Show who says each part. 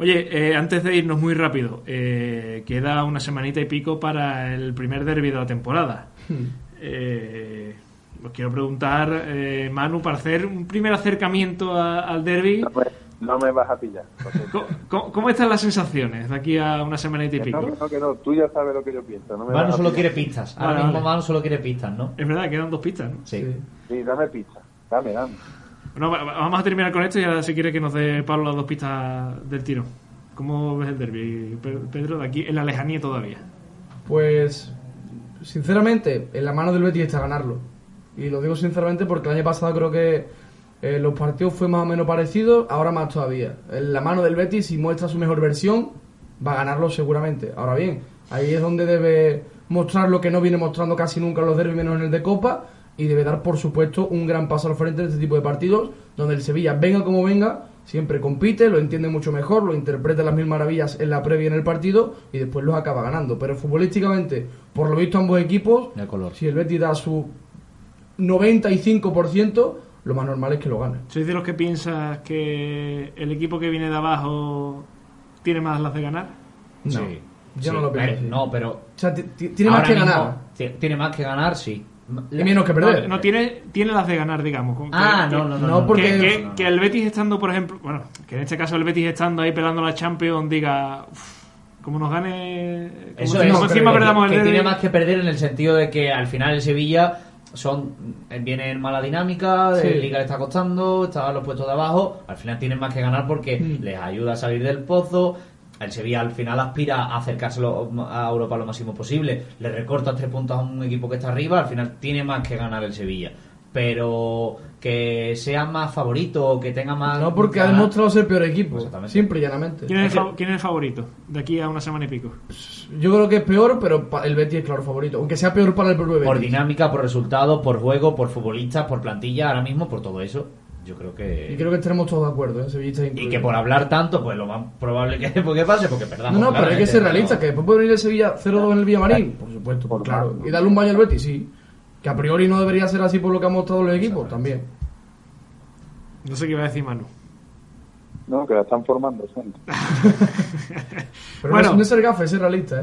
Speaker 1: Oye, eh, antes de irnos muy rápido, eh, queda una semanita y pico para el primer derby de la temporada. Eh, os quiero preguntar, eh, Manu, para hacer un primer acercamiento a- al derby,
Speaker 2: No me, no me vas a pillar. lo siento.
Speaker 1: ¿cómo, cómo- cómo están las sensaciones de aquí a una semanita y
Speaker 2: Que No,
Speaker 1: pico?
Speaker 2: que no, que no, tú ya sabes lo que yo pienso. No me
Speaker 3: Manu
Speaker 2: vas a
Speaker 3: solo quiere
Speaker 2: pillar.
Speaker 3: pistas.
Speaker 1: Vale,
Speaker 3: Ahora mismo
Speaker 1: vale.
Speaker 3: Manu solo quiere pistas, ¿no?
Speaker 1: Es verdad, quedan dos pistas, ¿no?
Speaker 3: Sí.
Speaker 2: Sí, dame pizza. Dame, dame.
Speaker 1: Bueno, va- va- vamos a terminar con esto y ahora si quieres que nos dé Pablo las dos pistas del tiro. ¿Cómo ves el derby, Pedro, de aquí en la lejanía todavía?
Speaker 4: Pues, sinceramente, en la mano del Betis está ganarlo. Y lo digo sinceramente porque el año pasado creo que eh, los partidos fue más o menos parecido, ahora más todavía. En la mano del Betis, si muestra su mejor versión, va a ganarlo seguramente. Ahora bien, ahí es donde debe mostrar lo que no viene mostrando casi nunca en los derbis, menos en el de Copa, y debe dar, por supuesto, un gran paso al frente en este tipo de partidos, donde el Sevilla, venga como venga, siempre compite, lo entiende mucho mejor, lo interpreta las mil maravillas en la previa y en el partido, y después los acaba ganando. Pero futbolísticamente, por lo visto ambos equipos,
Speaker 3: De color.
Speaker 4: si el Betis da su 95%, lo más normal es que lo gane.
Speaker 1: ¿Sois de los que piensas que el equipo que viene de abajo tiene más las de ganar?
Speaker 4: No,
Speaker 3: Sí. Sí.
Speaker 4: yo no lo pienso
Speaker 3: Eh,
Speaker 4: así.
Speaker 3: No, pero
Speaker 4: O sea, ti- ti- tiene más
Speaker 3: ahora
Speaker 4: que
Speaker 3: mismo
Speaker 4: ganar
Speaker 3: ti- Tiene más que ganar, sí.
Speaker 4: y menos que perder.
Speaker 1: No, no, tiene, tiene las de ganar, digamos. Con-
Speaker 3: Ah,
Speaker 1: que-
Speaker 3: no, no, no.
Speaker 4: No,
Speaker 3: no, no.
Speaker 1: que-
Speaker 4: porque-
Speaker 1: que,
Speaker 3: no, no, no.
Speaker 1: que el Betis estando, por ejemplo, bueno, que en este caso el Betis estando ahí pelando la Champions diga, "Uf, como nos gane, como
Speaker 3: Eso
Speaker 1: si-
Speaker 3: es,
Speaker 1: como
Speaker 3: que-
Speaker 1: encima
Speaker 3: que-
Speaker 1: perdamos el
Speaker 3: que
Speaker 1: derbi".
Speaker 3: tiene más que perder en el sentido de que al final el Sevilla son eh, viene en mala dinámica,
Speaker 4: Sí.
Speaker 3: el Liga le está costando, está en los puestos de abajo, al final tienen más que ganar porque
Speaker 1: Mm.
Speaker 3: les ayuda a salir del pozo. El Sevilla al final aspira a acercarse lo- a Europa lo máximo posible. Le recorta tres puntos a un equipo que está arriba. Al final tiene más que ganar el Sevilla. Pero que sea más favorito o que tenga más.
Speaker 4: No, porque ha
Speaker 3: ganar-
Speaker 4: demostrado ser peor equipo.
Speaker 3: Exactamente.
Speaker 4: Simple y llanamente.
Speaker 1: ¿Quién, es el fa- quién es el favorito de aquí a una semana y pico?
Speaker 4: Yo creo que es peor, pero pa- el Betis es claro favorito. Aunque sea peor para el propio Betis.
Speaker 3: Por dinámica, por resultados, por juego, por futbolistas, por plantilla, ahora mismo, por todo eso. Yo creo que.
Speaker 4: Y creo que estaremos todos de acuerdo, ¿eh? Sevillista
Speaker 3: Y
Speaker 4: incluido.
Speaker 3: que por hablar tanto, pues lo más probable que, que pase, porque
Speaker 4: No,
Speaker 3: perdamos.
Speaker 4: no, pero hay que
Speaker 3: claramente,
Speaker 4: ser realistas. Que
Speaker 3: pero-
Speaker 4: después puede venir el Sevilla 0-2 en el Villamarín. Por supuesto,
Speaker 2: Por
Speaker 4: claro.
Speaker 2: más, ¿no?
Speaker 4: Y darle un baño al Betis, sí. Que a priori no debería ser así por lo que han mostrado los equipos, también.
Speaker 1: No sé qué iba a decir Manu.
Speaker 2: No, que la están formando, gente.
Speaker 4: Pero
Speaker 1: Bueno.
Speaker 4: no es ser gafe, es ser realista, ¿eh?